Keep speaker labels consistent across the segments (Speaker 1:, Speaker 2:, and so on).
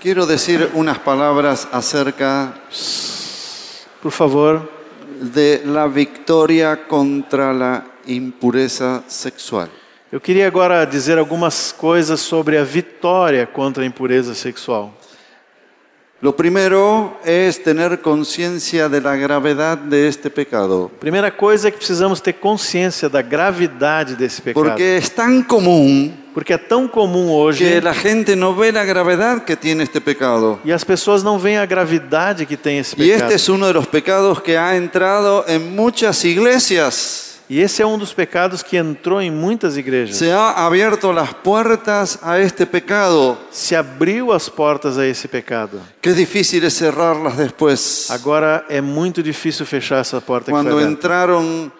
Speaker 1: Quiero decir unas palabras acerca
Speaker 2: Por favor,
Speaker 1: de la victoria contra la impureza sexual.
Speaker 2: eu queria agora dizer algumas coisas sobre a vitória contra a impureza sexual.
Speaker 1: Lo primero es tener conciencia de la gravedad de este pecado,
Speaker 2: Primeira coisa é que precisamos ter consciência da gravidade desse pecado. Pues
Speaker 1: porque es tan común
Speaker 2: Porque é tão comum hoje
Speaker 1: que la gente no ve la gravedad que tiene este pecado.
Speaker 2: e as pessoas não veem a gravidade que tem esse
Speaker 1: Y
Speaker 2: pecado.
Speaker 1: este es uno de los pecados que ha entrado en muchas iglesias.
Speaker 2: E esse é um dos pecados que entrou em muitas igrejas.
Speaker 1: Se ha abierto las puertas a este pecado.
Speaker 2: Se abriu as portas a esse pecado.
Speaker 1: Qué difícil es cerrarlas después.
Speaker 2: Agora é muito difícil fechar essa porta que
Speaker 1: Cuando
Speaker 2: foi aberta.
Speaker 1: entraron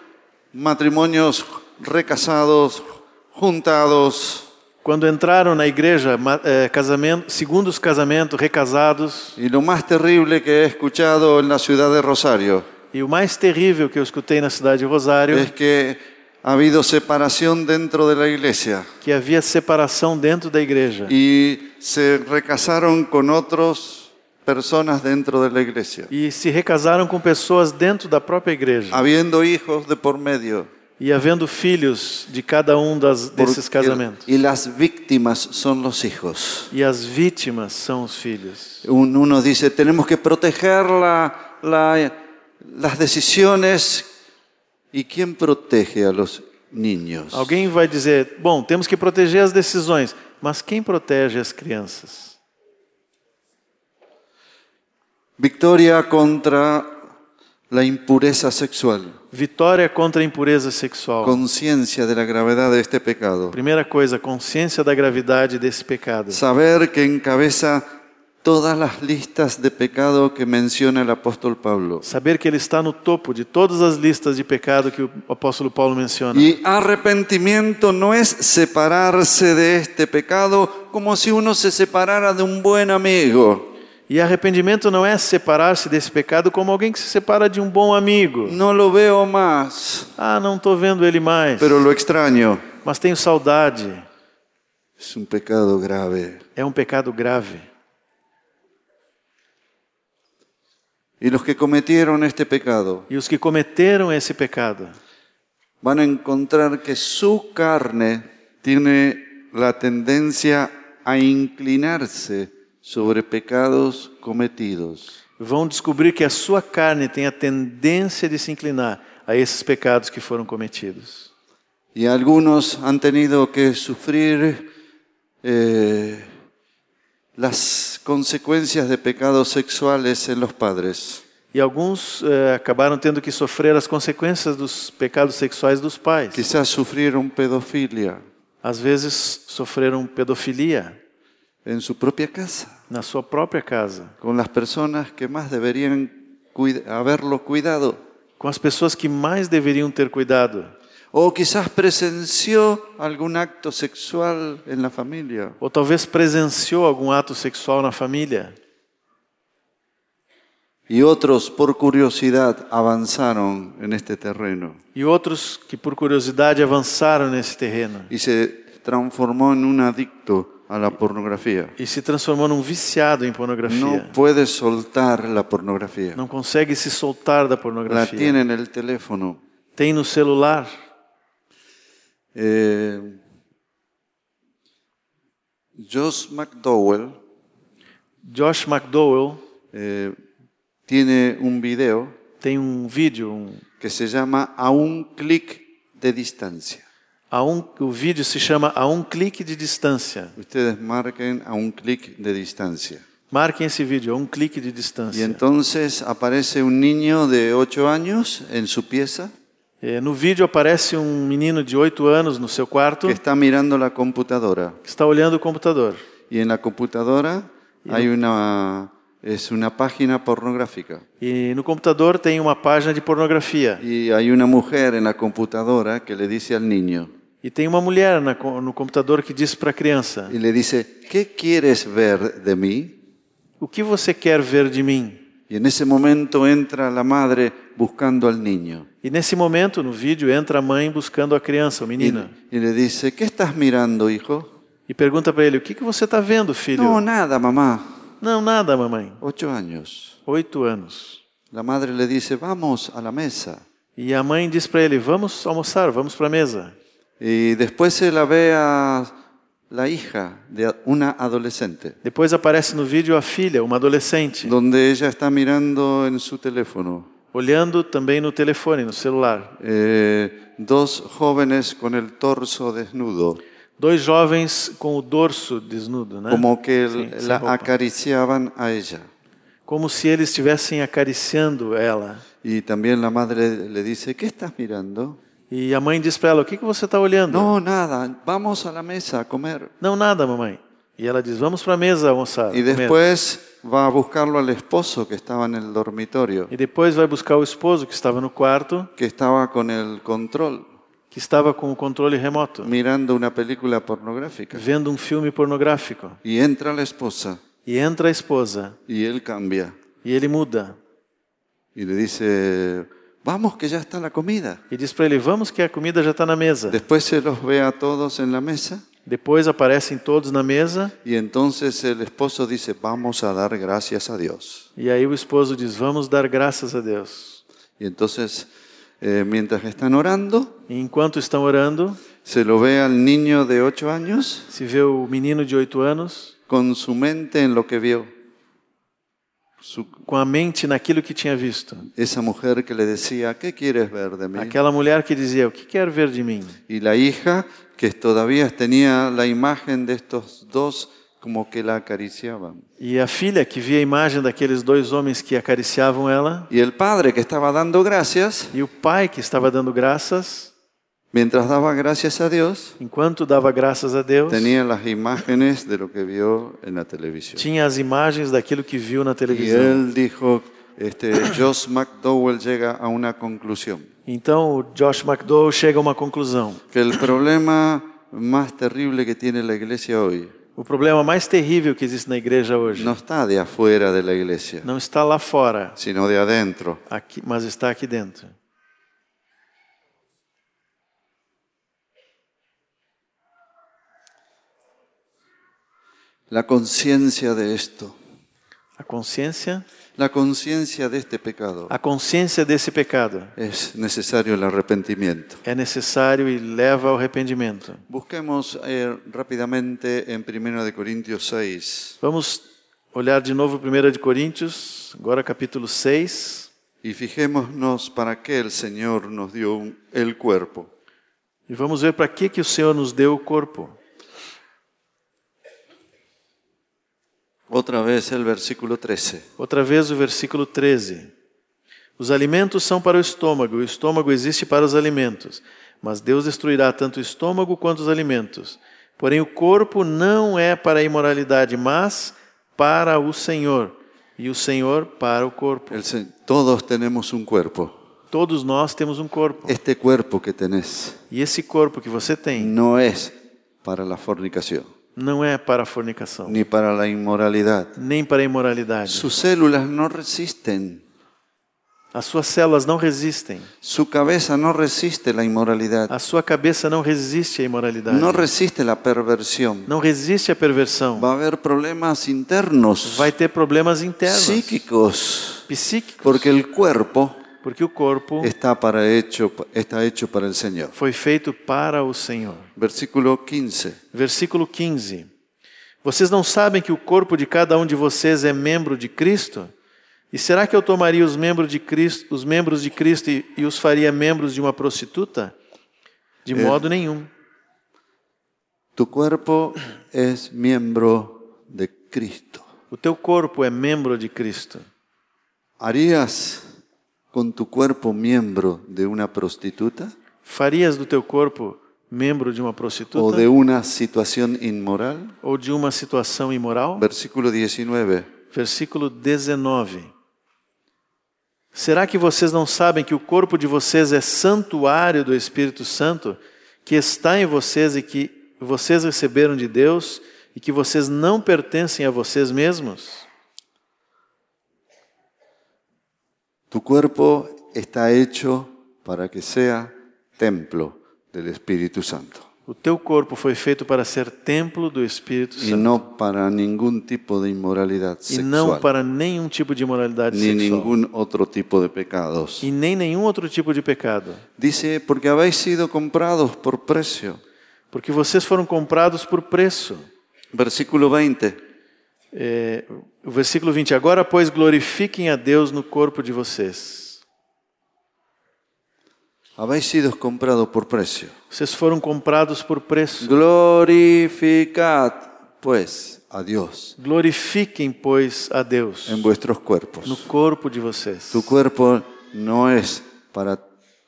Speaker 1: matrimonios recasados, juntados,
Speaker 2: Quando entraram na igreja, ma- eh, casamento, segundos casamentos, recasados,
Speaker 1: y lo más terrible que he escuchado en la ciudad de Rosario
Speaker 2: e o mais terrível que eu escutei na cidade de Rosário,
Speaker 1: es que ha habido separación dentro de la iglesia
Speaker 2: que havia separação dentro da igreja.
Speaker 1: y se recasaron con otros personas dentro de la iglesia,
Speaker 2: E se recasaram com pessoas dentro da própria igreja.
Speaker 1: habiendo hijos de por medio.
Speaker 2: E havendo filhos de cada um das, desses
Speaker 1: Porque-
Speaker 2: casamentos.
Speaker 1: y las víctimas son los hijos.
Speaker 2: E as vítimas são os filhos.
Speaker 1: Un- Uno dice, tenemos que proteger la- la- las decisiones. ¿Y quién protege a los niños?
Speaker 2: Alguém vai dizer: bom, temos que proteger as decisões, mas quem protege as crianças?
Speaker 1: Victoria contra la impureza sexual.
Speaker 2: Vitória contra a impureza sexual.
Speaker 1: Conciencia de la gravedad de este pecado.
Speaker 2: Primeira coisa, consciência da gravidade desse pecado.
Speaker 1: Saber que encabeza todas las listas de pecado que menciona el apóstol Pablo.
Speaker 2: Saber que ele está no topo de todas as listas de pecado que o apóstolo Paulo menciona.
Speaker 1: Y arrepentimiento no es separarse de este pecado como si uno se separara de un buen amigo.
Speaker 2: E arrependimento não é separar-se desse pecado como alguém que se separa de um bom amigo.
Speaker 1: No lo veo más,
Speaker 2: Ah, não estou vendo ele mais,
Speaker 1: pero lo extraño.
Speaker 2: mas tenho saudade.
Speaker 1: Es un pecado grave.
Speaker 2: É um pecado grave.
Speaker 1: Y los que cometieron este pecado
Speaker 2: E os que cometeram esse pecado
Speaker 1: van a encontrar que su carne tiene la tendencia a inclinarse sobre pecados cometidos.
Speaker 2: vão descobrir que a sua carne tem a tendência de se inclinar a esses pecados que foram cometidos.
Speaker 1: Y algunos han tenido que sufrir eh, las consecuencias de pecados sexuales en los padres.
Speaker 2: E alguns eh, acabaram tendo que sofrer as consequências dos pecados sexuais dos pais.
Speaker 1: Quizás sufrieron pedofilia
Speaker 2: Às vezes sofreram pedofilia
Speaker 1: en su propia casa.
Speaker 2: na sua própria casa,
Speaker 1: con las personas que más deberían cuida- haberlo cuidado.
Speaker 2: com as pessoas que mais deveriam ter cuidado.
Speaker 1: O quizás presenció algún acto sexual en la familia.
Speaker 2: Ou talvez presenciou algum ato sexual na família.
Speaker 1: Y otros, por curiosidad, avanzaron en este terreno.
Speaker 2: E outros que, por curiosidade, avançaram nesse terreno.
Speaker 1: Y se transformó en un adicto a la pornografía.
Speaker 2: e se transformou num viciado em pornografia.
Speaker 1: No puede soltar la pornografía.
Speaker 2: Não consegue se soltar da
Speaker 1: La
Speaker 2: pornografia.
Speaker 1: tiene en el teléfono.
Speaker 2: Tem no celular.
Speaker 1: Eh, Josh McDowell
Speaker 2: Josh McDowell
Speaker 1: eh, tiene un video
Speaker 2: tem um vídeo, um,
Speaker 1: que se llama A un clic de distancia.
Speaker 2: a um, o vídeo se chama A Um Clique de Distância.
Speaker 1: Ustedes marquen a un clic de distancia.
Speaker 2: Marquem esse vídeo, A Um Clique de
Speaker 1: Y
Speaker 2: Distância.
Speaker 1: entonces aparece un niño de 8 años en su pieza
Speaker 2: Eh, no vídeo aparece um menino de 8 anos no seu quarto
Speaker 1: que está mirando la computadora.
Speaker 2: que está olhando o computador.
Speaker 1: Y en la computadora hay una, es una página pornográfica.
Speaker 2: E no computador tem uma página de pornografia.
Speaker 1: Y hay una mujer en la computadora que le dice al niño,
Speaker 2: E tem uma mulher na co- no computador que diz para a criança:
Speaker 1: y le dice, ¿qué quieres ver de mí?
Speaker 2: O que você quer ver de mim?
Speaker 1: Y en ese momento entra la madre buscando al niño.
Speaker 2: E nesse momento, no vídeo, entra a mãe buscando a criança, o
Speaker 1: Y,
Speaker 2: menino,
Speaker 1: y le dice, ¿qué estás mirando, hijo?
Speaker 2: e pergunta para ele: O que, que você está tá vendo, filho?
Speaker 1: No, nada, mamá.
Speaker 2: Não, nada, mamãe.
Speaker 1: Ocho años.
Speaker 2: Oito anos.
Speaker 1: La madre le dice, vamos a la mesa.
Speaker 2: E a mãe diz para ele: Vamos almoçar, vamos para a mesa.
Speaker 1: Y después se la ve a la hija de una adolescente,
Speaker 2: Depois aparece no vídeo a filha, uma adolescente,
Speaker 1: donde ella está mirando en su teléfono.
Speaker 2: olhando também no telefone, no celular.
Speaker 1: Eh, dos jóvenes con el torso desnudo,
Speaker 2: Dois jovens com o dorso desnudo, né?
Speaker 1: como que
Speaker 2: Sim, sem
Speaker 1: la
Speaker 2: roupa.
Speaker 1: acariciaban a ella.
Speaker 2: Como se eles estivessem acariciando ela.
Speaker 1: Y también la madre le dice, ¿qué estás mirando?
Speaker 2: E a mãe diz para ela: O que, que você está olhando?
Speaker 1: No, nada, vamos a la mesa a comer.
Speaker 2: Não, nada, mamãe. E ela diz: Vamos para a mesa almoçar.
Speaker 1: Y
Speaker 2: comer."
Speaker 1: después va a buscarlo al esposo que estaba en el dormitorio,
Speaker 2: E depois vai buscar o esposo que estava no quarto,
Speaker 1: que estaba con el control,
Speaker 2: que estava com o controle remoto,
Speaker 1: mirando una película pornográfica.
Speaker 2: vendo um filme pornográfico.
Speaker 1: Y entra la esposa
Speaker 2: E entra a esposa,
Speaker 1: y él cambia
Speaker 2: e ele muda.
Speaker 1: y le dice, vamos que ya está la comida.
Speaker 2: E diz para ele: Vamos, que a comida já está na mesa.
Speaker 1: Después se los ve a todos en la mesa
Speaker 2: Depois aparecem todos na mesa
Speaker 1: y entonces el esposo dice, vamos a dar gracias a Dios.
Speaker 2: e aí o esposo diz: Vamos dar graças a Deus.
Speaker 1: Y entonces, eh, mientras están orando,
Speaker 2: E enquanto estão orando,
Speaker 1: se lo ve al niño de ocho años
Speaker 2: se vê o menino de oito anos
Speaker 1: con su mente en lo que vio. Su-
Speaker 2: com a mente naquilo que tinha visto.
Speaker 1: esa mujer que le decía, ¿qué quieres ver de mí?
Speaker 2: Aquela mulher que dizia: O que quer ver de mim?
Speaker 1: Y la hija que todavía tenía la imagen de estos dos como que la acariciaban.
Speaker 2: E a filha que via a imagem daqueles dois homens que acariciavam ela,
Speaker 1: Y el padre que estaba dando gracias,
Speaker 2: e o pai que estava dando graças,
Speaker 1: mientras daba gracias a Dios,
Speaker 2: enquanto dava graças a Deus,
Speaker 1: tenía las imágenes de lo que vio en la televisión.
Speaker 2: tinha as imagens daquilo que viu na
Speaker 1: Y
Speaker 2: televisão.
Speaker 1: él dijo, este, Josh McDowell llega a una conclusión,
Speaker 2: Então o Josh McDowell chega a uma conclusão.
Speaker 1: que el problema más terrible que tiene la iglesia hoy
Speaker 2: O problema mais terrível que existe na igreja hoje
Speaker 1: no está de afuera de la iglesia,
Speaker 2: não está lá fora,
Speaker 1: sino de adentro.
Speaker 2: aqui, mas está aqui dentro.
Speaker 1: La conciencia de esto,
Speaker 2: A consciência,
Speaker 1: la conciencia de este pecado,
Speaker 2: a consciência desse pecado
Speaker 1: es necesario el arrepentimiento.
Speaker 2: é necessário e leva ao arrependimento.
Speaker 1: Busquemos eh, rápidamente en 1 de Corintios 6.
Speaker 2: Vamos olhar de novo 1 de Coríntios, agora capítulo 6,
Speaker 1: Y fijémonos para qué el Señor nos dio un- el cuerpo.
Speaker 2: e vamos ver para que que o Senhor nos deu o corpo.
Speaker 1: Otra vez el versículo 13.
Speaker 2: Outra vez o versículo 13. Os alimentos são para o estômago, o estômago existe para os alimentos, mas Deus destruirá tanto o estômago quanto os alimentos. Porém, o corpo não é para a imoralidade, mas para o Senhor, e o Senhor para o corpo.
Speaker 1: El se- todos tenemos un cuerpo.
Speaker 2: Todos nós temos um corpo,
Speaker 1: Este cuerpo que tenés
Speaker 2: e esse corpo que você tem
Speaker 1: no es para la fornicación,
Speaker 2: não é para a fornicação,
Speaker 1: ni para la inmoralidad.
Speaker 2: nem para a imoralidade.
Speaker 1: Sus células no resisten,
Speaker 2: As suas células não resistem,
Speaker 1: su cabeza no resiste la inmoralidad,
Speaker 2: a sua cabeça não resiste à imoralidade,
Speaker 1: no resiste la perversión.
Speaker 2: não resiste à perversão.
Speaker 1: Va a haber problemas internos,
Speaker 2: vai ter problemas internos,
Speaker 1: psíquicos,
Speaker 2: psíquicos,
Speaker 1: porque el cuerpo
Speaker 2: porque o corpo
Speaker 1: está, para hecho, está hecho para el Señor.
Speaker 2: foi feito para o Senhor.
Speaker 1: Versículo 15.
Speaker 2: Versículo 15. Vocês não sabem que o corpo de cada um de vocês é membro de Cristo? E será que eu tomaria os membros de Cristo, os membros de Cristo e, e os faria membros de uma prostituta? De modo nenhum.
Speaker 1: Tu cuerpo es miembro de Cristo.
Speaker 2: O teu corpo é membro de Cristo.
Speaker 1: ¿Harías con tu cuerpo miembro de una prostituta
Speaker 2: Farias do teu corpo membro de uma
Speaker 1: o
Speaker 2: prostituta
Speaker 1: de uma situación inmoral?
Speaker 2: ou de uma situação imoral?
Speaker 1: Versículo 19.
Speaker 2: versículo 19. Será que vocês não sabem que o corpo de vocês é santuário do Espírito Santo, que está em vocês e que vocês receberam de Deus e que vocês não pertencem a vocês mesmos?
Speaker 1: Tu cuerpo está hecho para que sea templo del Espíritu Santo.
Speaker 2: O teu corpo foi feito para ser templo do Espírito
Speaker 1: y
Speaker 2: Santo
Speaker 1: no para ningún tipo de inmoralidad
Speaker 2: e não
Speaker 1: sexual,
Speaker 2: para nenhum tipo de imoralidade
Speaker 1: ni
Speaker 2: sexual
Speaker 1: ningún otro tipo de pecados.
Speaker 2: e nem nenhum outro tipo de pecado,
Speaker 1: Dice, porque habéis sido comprados por precio.
Speaker 2: porque vocês foram comprados por preço.
Speaker 1: Versículo 20.
Speaker 2: É, o versículo 20: Agora, pois, glorifiquem a Deus no corpo de vocês.
Speaker 1: Habéis sido comprados por precio.
Speaker 2: Vocês foram comprados por preço.
Speaker 1: Glorificad, pues, a Dios
Speaker 2: Glorifiquem, pois, a Deus
Speaker 1: en vuestros
Speaker 2: no
Speaker 1: cuerpos.
Speaker 2: corpo de vocês.
Speaker 1: Tu cuerpo no es para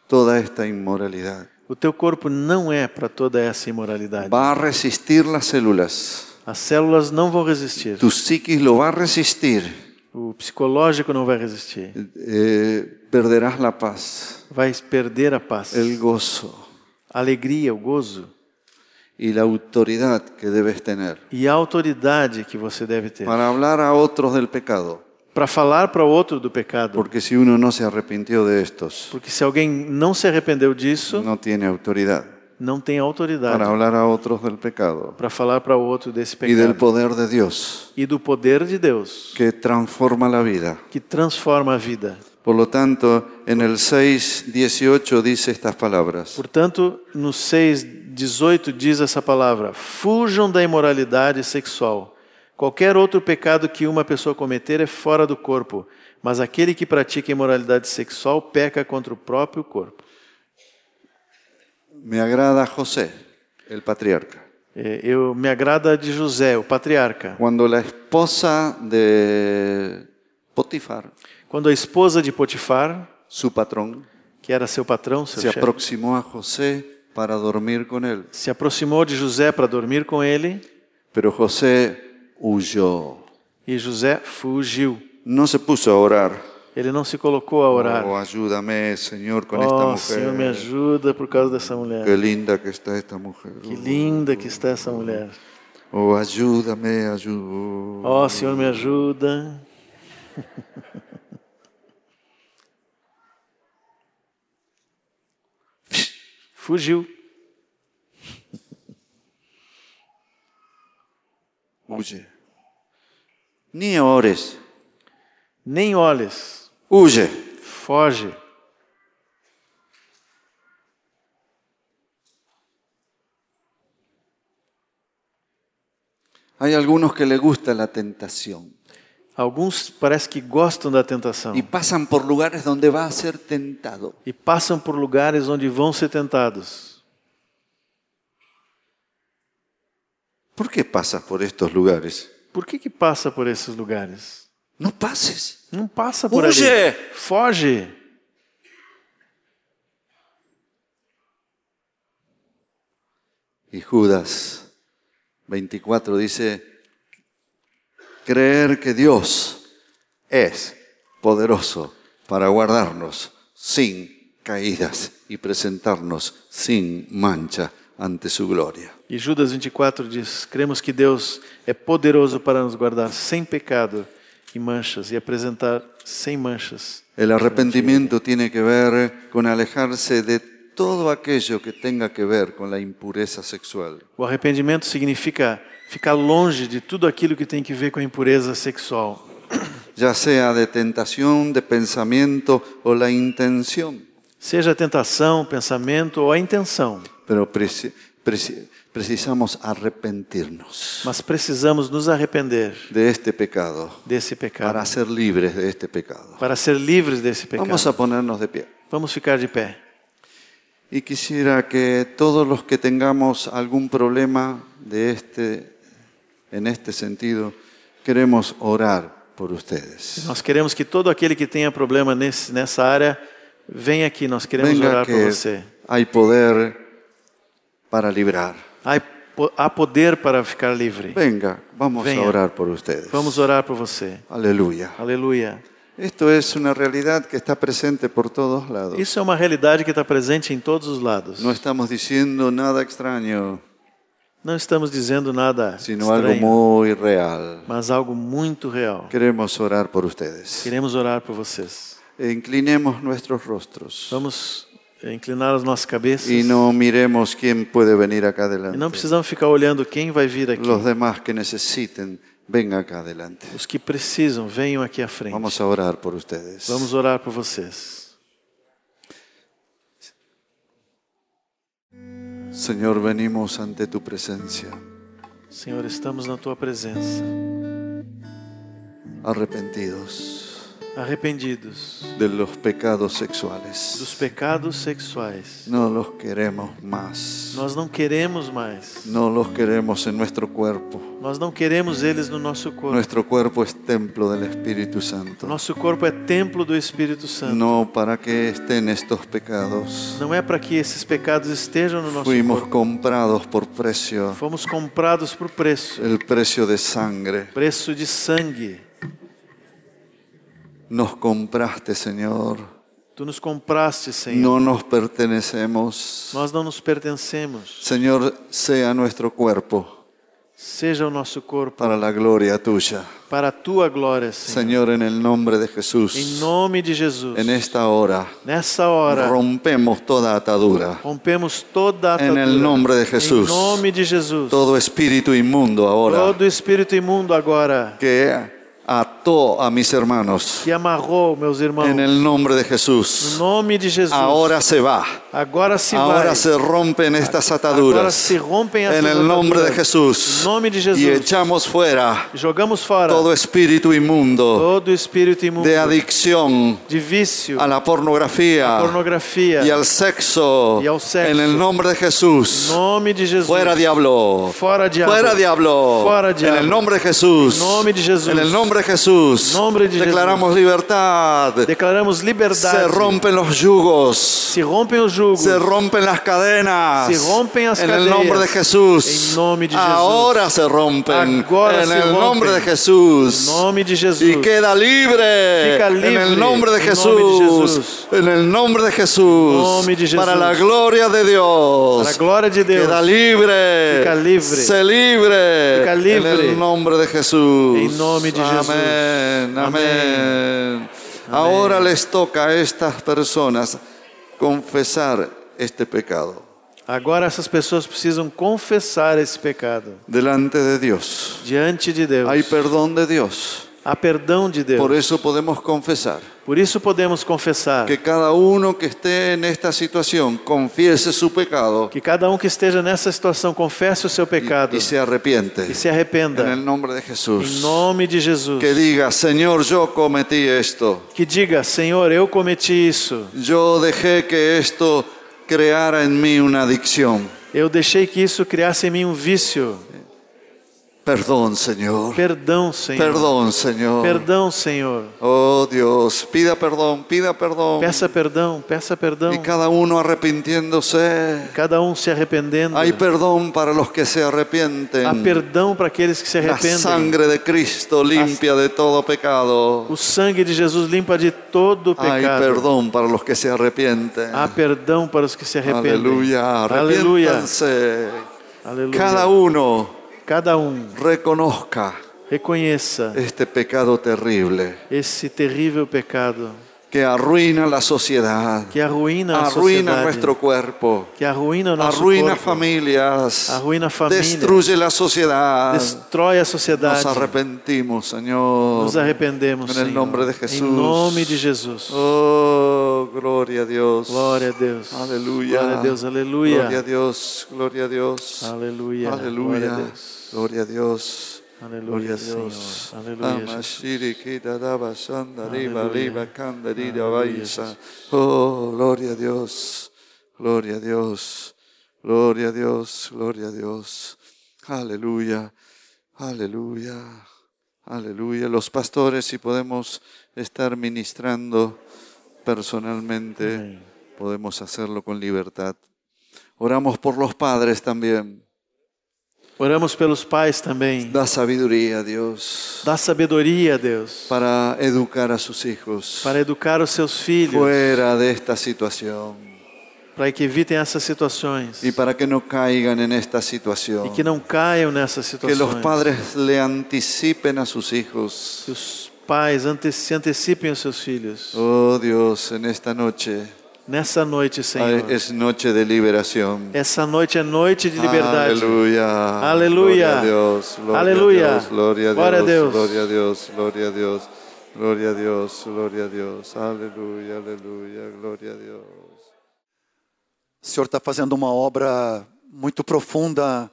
Speaker 1: toda esta inmoralidad.
Speaker 2: O teu corpo não é para toda essa imoralidade.
Speaker 1: Va a resistir las células.
Speaker 2: As células não vão resistir.
Speaker 1: Tu psiquis lo va a resistir.
Speaker 2: O psicológico não vai resistir.
Speaker 1: Eh, perderás la paz,
Speaker 2: Vai perder a paz,
Speaker 1: el gozo
Speaker 2: a alegria, o gozo
Speaker 1: y la autoridad que debes tener
Speaker 2: e a autoridade que você deve ter
Speaker 1: para hablar a otros del pecado.
Speaker 2: para falar para o outro do pecado.
Speaker 1: Porque si uno no se arrepintió de estos,
Speaker 2: Porque se alguém não se arrependeu disso,
Speaker 1: no tiene autoridad
Speaker 2: não tem autoridade
Speaker 1: para hablar a otros del pecado
Speaker 2: para falar para o outro desse
Speaker 1: y del
Speaker 2: pecado
Speaker 1: poder de Dios
Speaker 2: e do poder de Deus
Speaker 1: que transforma la vida.
Speaker 2: que transforma a vida.
Speaker 1: Por lo tanto, en el 6, 18 dice estas palabras.
Speaker 2: Portanto, no 6, 18 diz essa palavra: fujam da imoralidade sexual. Qualquer outro pecado que uma pessoa cometer é fora do corpo, mas aquele que pratica imoralidade sexual peca contra o próprio corpo.
Speaker 1: Me agrada José, el patriarca.
Speaker 2: É, Eu me agrada de José, o patriarca.
Speaker 1: Cuando la esposa de Potifar,
Speaker 2: Quando a esposa de Potifar,
Speaker 1: su patrón,
Speaker 2: que era seu patrão, seu
Speaker 1: se
Speaker 2: chefe,
Speaker 1: aproximó a José para dormir con él,
Speaker 2: se aproximou de José para dormir com ele,
Speaker 1: pero José huyó.
Speaker 2: e José fugiu.
Speaker 1: No se puso a orar.
Speaker 2: Ele não se colocou a orar.
Speaker 1: Oh, ayúdame, Señor, con esta
Speaker 2: Oh,
Speaker 1: mujer.
Speaker 2: Senhor, me ajuda por causa dessa mulher.
Speaker 1: Qué linda que está esta mujer.
Speaker 2: Que linda que está essa mulher.
Speaker 1: Oh, ayúdame, ayúdame.
Speaker 2: Ó, Senhor, me ajuda. Fugiu.
Speaker 1: Huye. Ni ores.
Speaker 2: Nem olhes.
Speaker 1: Huye.
Speaker 2: Foge.
Speaker 1: Hay algunos que les gusta la tentación
Speaker 2: Alguns parece que gostam da tentação
Speaker 1: y pasan por lugares donde va a ser tentado.
Speaker 2: e passam por lugares onde vão ser tentados.
Speaker 1: ¿Por qué pasas por estos lugares?
Speaker 2: Por que que passa por esses lugares?
Speaker 1: No pases.
Speaker 2: Não passa por
Speaker 1: Fuge!
Speaker 2: ali. Foge.
Speaker 1: Y Judas 24 dice, creer que Dios es poderoso para guardarnos sin caídas y presentarnos sin mancha ante su gloria.
Speaker 2: E Judas 24 diz: Cremos que Deus é poderoso para nos guardar sem pecado e manchas e apresentar sem manchas.
Speaker 1: El arrepentimiento tiene que ver con alejarse de todo aquello que tenga que ver con la impureza sexual.
Speaker 2: O arrependimento significa ficar longe de tudo aquilo que tem que ver com a impureza sexual,
Speaker 1: ya sea de tentación, de pensamiento o la intención.
Speaker 2: seja a tentação, pensamento ou a intenção.
Speaker 1: Pero preci- preci- precisamos arrepentirnos
Speaker 2: Mas precisamos nos arrepender
Speaker 1: de este pecado
Speaker 2: desse
Speaker 1: para
Speaker 2: pecado,
Speaker 1: ser libres de este pecado.
Speaker 2: para ser livres desse
Speaker 1: Vamos
Speaker 2: pecado.
Speaker 1: a ponernos de pie.
Speaker 2: Vamos ficar de pé.
Speaker 1: Y quisiera que todos los que tengamos algún problema de este, en este sentido, queremos orar por ustedes.
Speaker 2: Nós queremos que todo aquele que tenha problema nesse, nessa área venha aqui. Nós queremos
Speaker 1: Venga
Speaker 2: orar por
Speaker 1: que
Speaker 2: você.
Speaker 1: hay poder para librar.
Speaker 2: Há po- Há poder para ficar livre.
Speaker 1: Venga, vamos
Speaker 2: Venga.
Speaker 1: a orar por ustedes.
Speaker 2: Vamos orar por você.
Speaker 1: Aleluya.
Speaker 2: Aleluia.
Speaker 1: Esto es una realidad que está presente por todos lados.
Speaker 2: Isso é uma realidade que está presente em todos os lados.
Speaker 1: No estamos diciendo nada extraño,
Speaker 2: Não estamos dizendo nada
Speaker 1: sino algo
Speaker 2: estranho,
Speaker 1: muy real.
Speaker 2: mas algo muito real.
Speaker 1: Queremos orar por ustedes.
Speaker 2: Queremos orar por vocês.
Speaker 1: Inclinemos nuestros rostros.
Speaker 2: Vamos eh, inclinar as nossas cabeças.
Speaker 1: y no miremos quién puede venir acá
Speaker 2: E não
Speaker 1: adelante.
Speaker 2: precisamos ficar olhando quem vai vir aqui.
Speaker 1: Los demás que necesiten, vengan acá adelante.
Speaker 2: Os que precisam, venham aqui à frente.
Speaker 1: Vamos a orar por ustedes.
Speaker 2: Vamos orar por vocês.
Speaker 1: Señor, venimos ante tu presencia,
Speaker 2: Senhor, estamos na tua presença,
Speaker 1: arrepentidos
Speaker 2: arrependidos
Speaker 1: de los pecados sexuales.
Speaker 2: dos pecados sexuais.
Speaker 1: No los queremos más.
Speaker 2: Nós não queremos mais.
Speaker 1: No los queremos en nuestro cuerpo.
Speaker 2: Nós não queremos eles no nosso corpo.
Speaker 1: Nuestro cuerpo es templo del Espíritu Santo.
Speaker 2: Nosso corpo é templo do Espírito Santo.
Speaker 1: No para que estén estos pecados.
Speaker 2: Não é para que esses pecados estejam no nosso
Speaker 1: Fuimos
Speaker 2: corpo.
Speaker 1: comprados por precio,
Speaker 2: Fomos comprados por preço,
Speaker 1: el precio de sangre.
Speaker 2: preço de sangue.
Speaker 1: Nos compraste, Señor.
Speaker 2: Tu nos compraste, Senhor.
Speaker 1: No nos pertenecemos.
Speaker 2: Nós não nos pertencemos.
Speaker 1: Señor, sea nuestro cuerpo
Speaker 2: Seja o nosso corpo
Speaker 1: para la gloria tuya.
Speaker 2: para a tua glória, Senhor.
Speaker 1: Señor, en el nombre de
Speaker 2: Em
Speaker 1: Jesús,
Speaker 2: nome de Jesus.
Speaker 1: en esta hora,
Speaker 2: Nessa hora,
Speaker 1: rompemos toda atadura.
Speaker 2: rompemos toda a
Speaker 1: En
Speaker 2: atadura.
Speaker 1: el nombre de Jesús.
Speaker 2: Em nome de Jesus.
Speaker 1: todo espíritu inmundo ahora
Speaker 2: Todo espírito imundo agora
Speaker 1: que ató a mis hermanos
Speaker 2: que amarrou meus irmãos.
Speaker 1: en el nombre de
Speaker 2: No
Speaker 1: Jesús.
Speaker 2: nome de Jesus.
Speaker 1: Ahora se va.
Speaker 2: agora se
Speaker 1: Ahora
Speaker 2: vai.
Speaker 1: se rompen estas
Speaker 2: agora
Speaker 1: ataduras
Speaker 2: se rompem as
Speaker 1: en el nombre de Jesús.
Speaker 2: Em nome de
Speaker 1: Y
Speaker 2: Jesus.
Speaker 1: echamos fuera
Speaker 2: Jogamos fora
Speaker 1: todo espíritu inmundo
Speaker 2: todo espírito imundo
Speaker 1: de adicción
Speaker 2: de vício,
Speaker 1: a la pornografía
Speaker 2: pornografia.
Speaker 1: y al sexo
Speaker 2: Y al sexo.
Speaker 1: en el nombre de
Speaker 2: Em
Speaker 1: Jesús.
Speaker 2: nome de Jesus.
Speaker 1: Fuera diablo.
Speaker 2: Fuera diablo.
Speaker 1: Fuera diablo.
Speaker 2: Fuera diablo.
Speaker 1: En el nombre de Jesús.
Speaker 2: En nombre de Jesús.
Speaker 1: En el nombre de Jesús.
Speaker 2: Nombre de
Speaker 1: Declaramos libertad.
Speaker 2: Declaramos liberdade.
Speaker 1: Se rompen los yugos.
Speaker 2: Se rompem os jugos.
Speaker 1: Se rompen las cadenas.
Speaker 2: Se rompen las
Speaker 1: en el
Speaker 2: cadenas.
Speaker 1: nombre de Jesús.
Speaker 2: En nombre de Jesús.
Speaker 1: Ahora se rompen.
Speaker 2: Agora
Speaker 1: en
Speaker 2: se
Speaker 1: el
Speaker 2: rompen.
Speaker 1: nombre de Jesús.
Speaker 2: Em nome de Jesus.
Speaker 1: Y queda libre.
Speaker 2: Fica
Speaker 1: En
Speaker 2: livre.
Speaker 1: el nombre de
Speaker 2: Em
Speaker 1: Jesús.
Speaker 2: nome de Jesus.
Speaker 1: En el nombre de Jesús.
Speaker 2: nome de
Speaker 1: Para
Speaker 2: Jesus.
Speaker 1: la gloria de Dios.
Speaker 2: Para a glória de Deus.
Speaker 1: Queda libre.
Speaker 2: Fica livre.
Speaker 1: Se libre.
Speaker 2: Fica livre.
Speaker 1: En el nombre de Jesús.
Speaker 2: Em nome de Jesus.
Speaker 1: Amén. Amén. Ahora les toca a estas personas confesar este pecado
Speaker 2: Agora essas pessoas precisam confessar esse pecado
Speaker 1: delante de Dios.
Speaker 2: diante de Deus.
Speaker 1: Hay perdón de Dios.
Speaker 2: Há perdão de Deus.
Speaker 1: Por eso podemos confesar.
Speaker 2: Por isso podemos confessar
Speaker 1: Que cada uno que esté en esta situación confiese su pecado
Speaker 2: que cada um que esteja nessa situação confesse o seu pecado
Speaker 1: y se arrepiente.
Speaker 2: e se
Speaker 1: En
Speaker 2: arrependa.
Speaker 1: el nombre de
Speaker 2: Em
Speaker 1: Jesús.
Speaker 2: nome de Jesus.
Speaker 1: Que diga, Señor, yo cometí esto.
Speaker 2: Que diga, Senhor, eu cometi isso.
Speaker 1: Yo dejé que esto creara en mí una adicción.
Speaker 2: Eu deixei que isso criasse em mim um vício.
Speaker 1: Perdón, Señor.
Speaker 2: Perdão, Senhor.
Speaker 1: Perdón, Señor.
Speaker 2: Perdão, Senhor.
Speaker 1: Oh Dios, pida perdón, pida perdón.
Speaker 2: Peça perdão, peça perdão.
Speaker 1: Y cada uno arrepintiéndose.
Speaker 2: Cada um se arrependendo.
Speaker 1: Hay perdón para los que se
Speaker 2: Há
Speaker 1: arrepienten.
Speaker 2: perdão para aqueles que Ah, se
Speaker 1: La
Speaker 2: arrependem.
Speaker 1: sangre de Cristo limpia de todo pecado.
Speaker 2: O sangue de Jesus limpa de todo o
Speaker 1: Hay
Speaker 2: pecado.
Speaker 1: perdón para los que se arrepienten.
Speaker 2: Há perdão para os que se arrependem.
Speaker 1: Aleluya,
Speaker 2: Aleluia.
Speaker 1: arrepiéntanse.
Speaker 2: Aleluia.
Speaker 1: Cada uno
Speaker 2: Cada um
Speaker 1: reconozca
Speaker 2: reconheça
Speaker 1: este pecado terrible
Speaker 2: esse terrível pecado
Speaker 1: que arruina la sociedad,
Speaker 2: que arruína a
Speaker 1: arruina
Speaker 2: sociedade,
Speaker 1: nuestro cuerpo,
Speaker 2: que arruína o nosso
Speaker 1: arruina
Speaker 2: corpo,
Speaker 1: familias,
Speaker 2: arruína a família,
Speaker 1: destruye la sociedad.
Speaker 2: destrói a
Speaker 1: Nos
Speaker 2: sociedade.
Speaker 1: arrepentimos,
Speaker 2: Nos
Speaker 1: Señor.
Speaker 2: arrependemos,
Speaker 1: En el
Speaker 2: Senhor.
Speaker 1: nombre de Jesús.
Speaker 2: Em nome de Jesus.
Speaker 1: Oh, gloria a Dios.
Speaker 2: Glória a Deus.
Speaker 1: Aleluia.
Speaker 2: Glória a Deus. Aleluia.
Speaker 1: Gloria a Dios, gloria a Dios.
Speaker 2: Aleluia. Glória a
Speaker 1: Aleluya.
Speaker 2: Deus.
Speaker 1: Gloria a Dios.
Speaker 2: Aleluia,
Speaker 1: Dios.
Speaker 2: Senhor. Aleluia,
Speaker 1: Ama,
Speaker 2: Jesus.
Speaker 1: shiri, kida, daba, shanda, riba,
Speaker 2: Aleluia.
Speaker 1: riba, kanda, rida,
Speaker 2: Aleluia,
Speaker 1: baisa. Oh, gloria a Dios. Gloria a Dios. Gloria a Dios. Gloria a Dios. Aleluya. Aleluya. Aleluya. Los pastores, si podemos estar ministrando personalmente, podemos hacerlo con libertad. Oramos por los padres también.
Speaker 2: Oramos pelos pais também.
Speaker 1: Da sabiduría, Deus,
Speaker 2: Dá sabedoria, Deus,
Speaker 1: para educar a sus hijos
Speaker 2: para educar os seus filhos,
Speaker 1: fuera de esta situación
Speaker 2: para que evitem essas situações
Speaker 1: y
Speaker 2: e
Speaker 1: para que no caigan en esta situación.
Speaker 2: que não caiam nessas
Speaker 1: Que los
Speaker 2: situações.
Speaker 1: padres le anticipen a sus hijos.
Speaker 2: Que os pais ante se antecipem aos seus filhos.
Speaker 1: Oh Dios, en esta noche
Speaker 2: Nessa noite, Senhor.
Speaker 1: Es noche de liberación.
Speaker 2: Essa noite é noite de liberdade.
Speaker 1: Aleluya.
Speaker 2: Aleluya.
Speaker 1: Gloria a Dios. Gloria
Speaker 2: Aleluya.
Speaker 1: a Dios. Gloria a
Speaker 2: Gloria a
Speaker 1: Dios.
Speaker 2: Dios.
Speaker 1: Gloria a Dios. Gloria a Dios. Gloria a Dios. Gloria a Dios. Aleluya. Aleluya. Gloria a Dios.
Speaker 3: O Senhor está fazendo uma obra muito profunda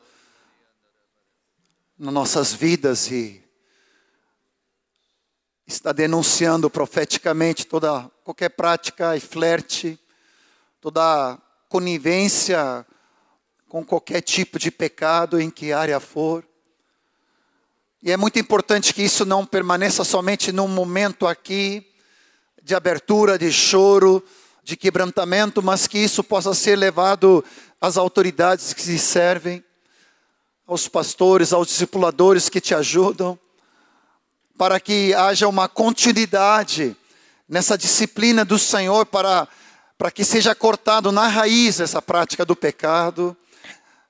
Speaker 3: nas nossas vidas e está denunciando profeticamente toda qualquer prática e flerte, toda conivência com qualquer tipo de pecado em que área for. E é muito importante que isso não permaneça somente num momento aqui, de abertura, de choro, de quebrantamento, mas que isso possa ser levado às autoridades que se servem, aos pastores, aos discipuladores que te ajudam, para que haja uma continuidade nessa disciplina do Senhor para para que seja cortado na raiz essa prática do pecado.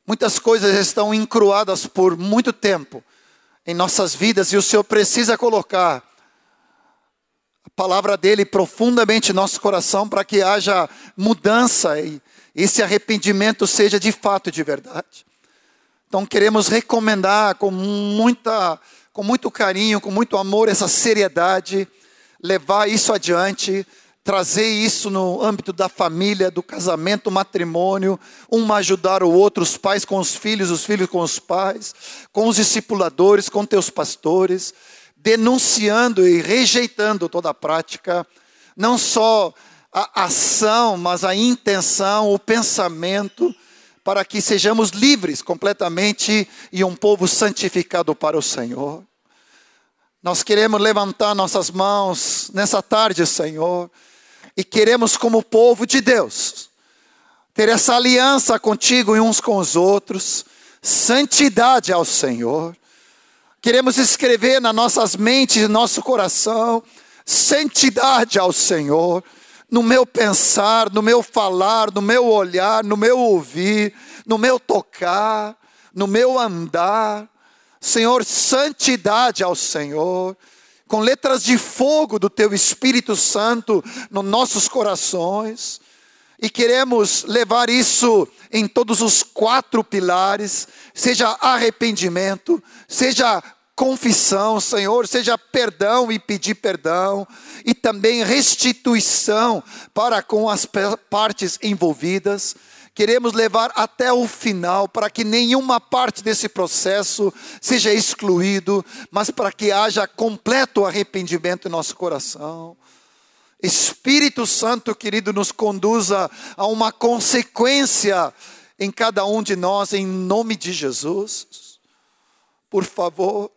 Speaker 3: Muitas coisas estão encruadas por muito tempo em nossas vidas e o Senhor precisa colocar a palavra dele profundamente em nosso coração para que haja mudança e esse arrependimento seja de fato e de verdade. Então queremos recomendar com muita com muito carinho, com muito amor essa seriedade, levar isso adiante, trazer isso no âmbito da família, do casamento, matrimônio, um ajudar o outro, os pais com os filhos, os filhos com os pais, com os discipuladores, com teus pastores, denunciando e rejeitando toda a prática, não só a ação, mas a intenção, o pensamento, para que sejamos livres completamente e um povo santificado para o Senhor. Nós queremos levantar nossas mãos nessa tarde, Senhor, e queremos, como povo de Deus, ter essa aliança contigo e uns com os outros, santidade ao Senhor. Queremos escrever nas nossas mentes e nosso coração santidade ao Senhor, no meu pensar, no meu falar, no meu olhar, no meu ouvir, no meu tocar, no meu andar. Senhor, santidade ao Senhor, com letras de fogo do teu Espírito Santo nos nossos corações e queremos levar isso em todos os quatro pilares, seja arrependimento, seja confissão, Senhor, seja perdão e pedir perdão, e também restituição para com as pe- partes envolvidas. Queremos levar até o final para que nenhuma parte desse processo seja excluído, mas para que haja completo arrependimento em nosso coração. Espírito Santo, querido, nos conduza a uma consequência em cada um de nós, em nome de Jesus. Por favor,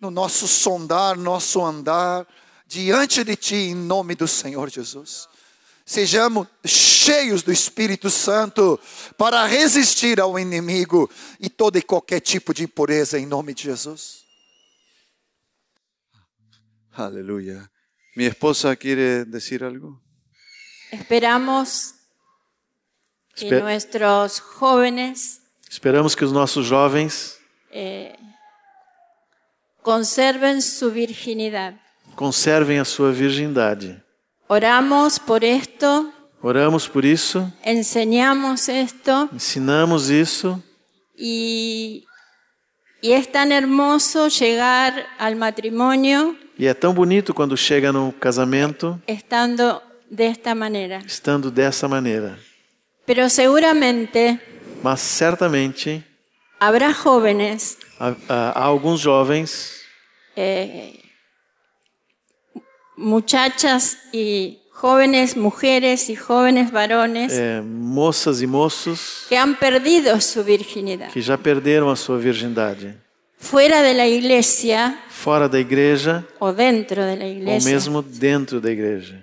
Speaker 3: no nosso sondar, nosso andar, diante de Ti, em nome do Senhor Jesus. Sejamos cheios do Espírito Santo para resistir ao inimigo e todo e qualquer tipo de impureza, em nome de Jesus.
Speaker 1: Aleluya. ¿Mi esposa quiere decir algo?
Speaker 4: Esperamos que
Speaker 2: Espe-
Speaker 4: nuestros jóvenes eh,
Speaker 2: Esperamos que os nossos jovens
Speaker 4: conserven su virginidad.
Speaker 2: conservem a sua virgindade.
Speaker 4: Oramos por esto,
Speaker 2: Oramos por isso,
Speaker 4: enseñamos esto
Speaker 2: ensinamos isso,
Speaker 4: y, y es tan hermoso llegar al matrimonio
Speaker 2: e é tão bonito quando chega no casamento
Speaker 4: estando de esta manera.
Speaker 2: estando dessa maneira.
Speaker 4: Pero seguramente
Speaker 2: Mas certamente
Speaker 4: habrá jóvenes
Speaker 2: há, há- há alguns jovens,
Speaker 4: eh, muchachas y jóvenes mujeres y jóvenes varones
Speaker 2: é, moças e moços,
Speaker 4: que han perdido su virginidad.
Speaker 2: que já perderam a sua virgindade,
Speaker 4: Fuera de la iglesia
Speaker 2: fora da igreja
Speaker 4: o dentro de la
Speaker 2: ou
Speaker 4: iglesia.
Speaker 2: mesmo dentro da igreja.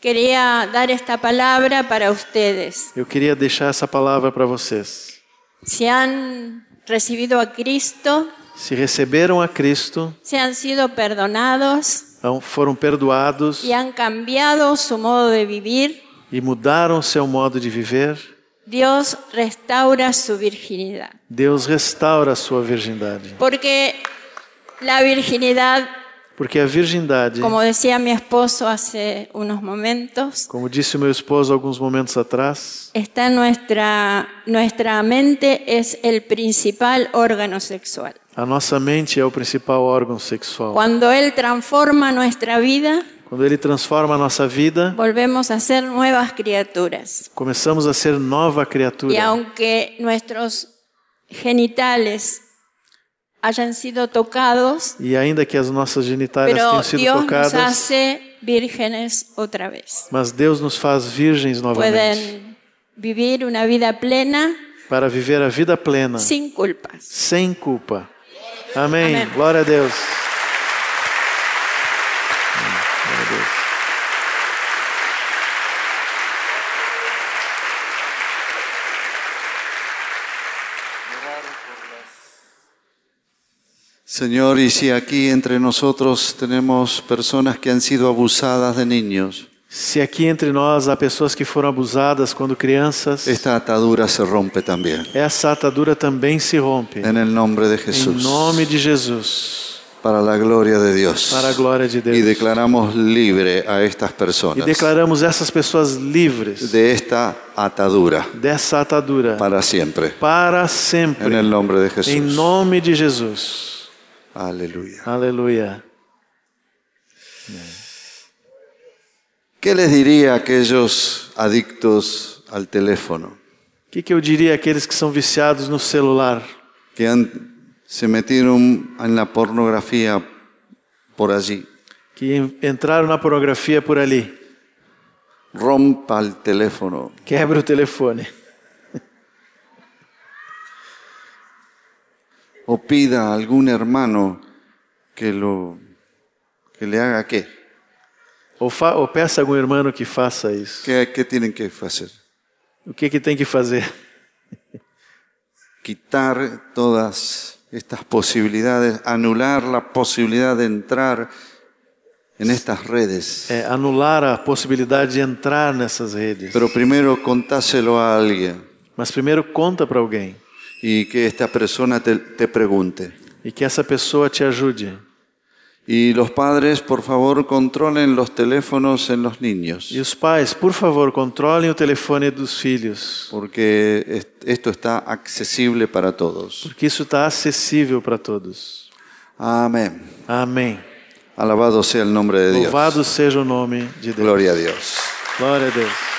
Speaker 4: Quería dar esta palabra para ustedes.
Speaker 2: Eu queria deixar essa palavra para vocês.
Speaker 4: Si han recibido a Cristo,
Speaker 2: Se receberam a Cristo,
Speaker 4: si han sido perdonados
Speaker 2: então foram perdoados
Speaker 4: y han cambiado su modo de vivir,
Speaker 2: e mudaram seu modo de viver,
Speaker 4: Dios restaura su virginidad.
Speaker 2: Deus restaura a sua virgindade.
Speaker 4: Porque la virginidad
Speaker 2: Porque a virgindade,
Speaker 4: Como decía mi esposo hace unos momentos,
Speaker 2: como disse o meu esposo alguns momentos atrás,
Speaker 4: está en nuestra, nuestra mente es el principal órgano sexual.
Speaker 2: a nossa mente é o principal órgão sexual.
Speaker 4: Cuando Él transforma nuestra vida,
Speaker 2: Quando ele transforma a nossa vida,
Speaker 4: volvemos a ser nuevas criaturas.
Speaker 2: começamos a ser nova
Speaker 4: Y
Speaker 2: criatura.
Speaker 4: aunque nuestros genitales hayan sido tocados,
Speaker 2: E ainda que as nossas genitárias
Speaker 4: pero
Speaker 2: tenham sido
Speaker 4: Dios nos
Speaker 2: tocadas,
Speaker 4: hace vírgenes otra vez.
Speaker 2: mas Deus nos faz virgens novamente
Speaker 4: Pueden vivir una vida plena
Speaker 2: para viver a vida plena,
Speaker 4: sin culpas.
Speaker 2: sem culpa. Amém.
Speaker 4: Amém.
Speaker 2: Glória a Deus.
Speaker 1: Señor, y si aquí entre nosotros tenemos personas que han sido abusadas de niños,
Speaker 2: Se aqui entre nós há pessoas que foram abusadas quando crianças,
Speaker 1: esta atadura se rompe también.
Speaker 2: essa atadura também se rompe.
Speaker 1: En el nombre de
Speaker 2: Em
Speaker 1: Jesús.
Speaker 2: nome de Jesus,
Speaker 1: Para la gloria de Dios.
Speaker 2: para a glória de Deus.
Speaker 1: Y declaramos libre a estas
Speaker 2: E
Speaker 1: personas
Speaker 2: declaramos essas pessoas livres
Speaker 1: de esta atadura
Speaker 2: dessa atadura
Speaker 1: para É, né, siempre.
Speaker 2: para sempre.
Speaker 1: En el nombre de
Speaker 2: Em
Speaker 1: Jesús.
Speaker 2: nome de Jesus.
Speaker 1: Aleluya.
Speaker 2: Aleluia.
Speaker 1: ¿Qué les diría a aquellos adictos al teléfono
Speaker 2: O que, que eu diria àqueles que são viciados no celular,
Speaker 1: que han- se metieron en la pornografía por allí?
Speaker 2: que en- entraram na pornografia por ali?
Speaker 1: Rompa el teléfono.
Speaker 2: Quebra o telefone.
Speaker 1: o pida a algún hermano que lo que le haga qué.
Speaker 2: Ou, fa, ou peça a algum irmão que faça isso.
Speaker 1: ¿Qué, qué tienen que hacer?
Speaker 2: O que, que tem que fazer?
Speaker 1: Quitar todas estas posibilidades, anular la posibilidad de entrar en estas redes.
Speaker 2: É anular a possibilidade de entrar nessas redes.
Speaker 1: Pero primero contáselo a alguien
Speaker 2: Mas primeiro conta para alguém
Speaker 1: y que esta persona te, te pregunte.
Speaker 2: e que essa pessoa te ajude.
Speaker 1: Y los padres, por favor, controlen los teléfonos en los niños,
Speaker 2: E os pais, por favor, controlem o telefone dos filhos,
Speaker 1: porque est- esto está accesible para todos.
Speaker 2: porque isso está acessível para todos.
Speaker 1: Amén.
Speaker 2: Amém.
Speaker 1: Alabado sea el nombre de Dios.
Speaker 2: Louvado seja o nome de Deus.
Speaker 1: Gloria a Dios.
Speaker 2: Glória a Deus.